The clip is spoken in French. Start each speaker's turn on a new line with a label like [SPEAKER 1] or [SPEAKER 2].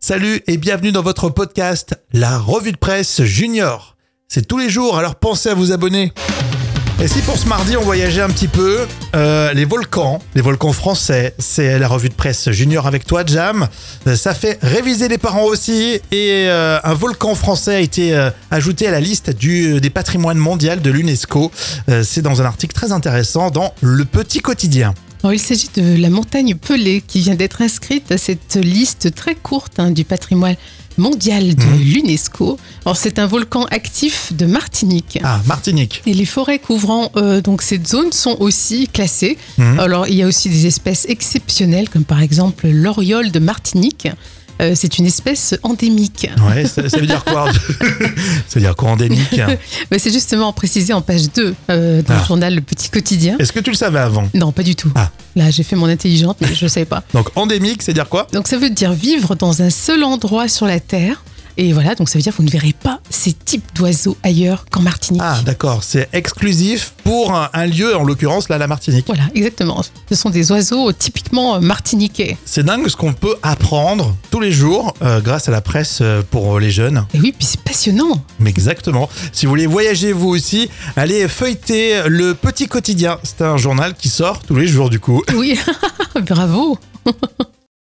[SPEAKER 1] Salut et bienvenue dans votre podcast, la revue de presse junior. C'est tous les jours, alors pensez à vous abonner. Et si pour ce mardi on voyageait un petit peu, euh, les volcans, les volcans français, c'est la revue de presse junior avec toi Jam, Euh, ça fait réviser les parents aussi et euh, un volcan français a été euh, ajouté à la liste du, euh, des patrimoines mondiaux de l'UNESCO. Euh, c'est dans un article très intéressant dans Le Petit Quotidien.
[SPEAKER 2] Alors, il s'agit de la montagne Pelée qui vient d'être inscrite à cette liste très courte hein, du patrimoine mondial de
[SPEAKER 1] Mhm.
[SPEAKER 2] l'UNESCO. Alors, C'est un volcan actif de Martinique.
[SPEAKER 1] Ah, Martinique.
[SPEAKER 2] Et les forêts couvrant euh, donc cette zone sont aussi classées.
[SPEAKER 1] Mhm.
[SPEAKER 2] Alors il y a aussi des espèces exceptionnelles comme par exemple l'oriole de Martinique. Euh, c'est une espèce endémique.
[SPEAKER 1] Ouais, ça, ça veut dire quoi Ça veut dire quoi endémique hein
[SPEAKER 2] Mais c'est justement précisé en page 2 euh, dans
[SPEAKER 1] Ah.
[SPEAKER 2] le journal Le Petit Quotidien.
[SPEAKER 1] Est-ce que tu le savais avant
[SPEAKER 2] Non, pas du tout.
[SPEAKER 1] Ah.
[SPEAKER 2] Là, j'ai fait mon intelligente, mais je ne savais pas.
[SPEAKER 1] Donc endémique, c'est dire quoi
[SPEAKER 2] Donc ça veut dire vivre dans un seul endroit sur la Terre. Et voilà, donc ça veut dire que vous ne verrez pas ces types d'oiseaux ailleurs qu'en Martinique.
[SPEAKER 1] Ah, d'accord, c'est exclusif pour un, un lieu, en l'occurrence là, la Martinique.
[SPEAKER 2] Voilà, exactement. Ce sont des oiseaux typiquement euh, martiniquais.
[SPEAKER 1] C'est dingue ce qu'on peut apprendre tous les jours euh, grâce à la presse euh, pour les jeunes.
[SPEAKER 2] Et oui, puis c'est passionnant.
[SPEAKER 1] Mais exactement. Si vous voulez voyager vous aussi, allez feuilleter le Petit Quotidien. C'est un journal qui sort tous les jours du coup.
[SPEAKER 2] Oui, bravo.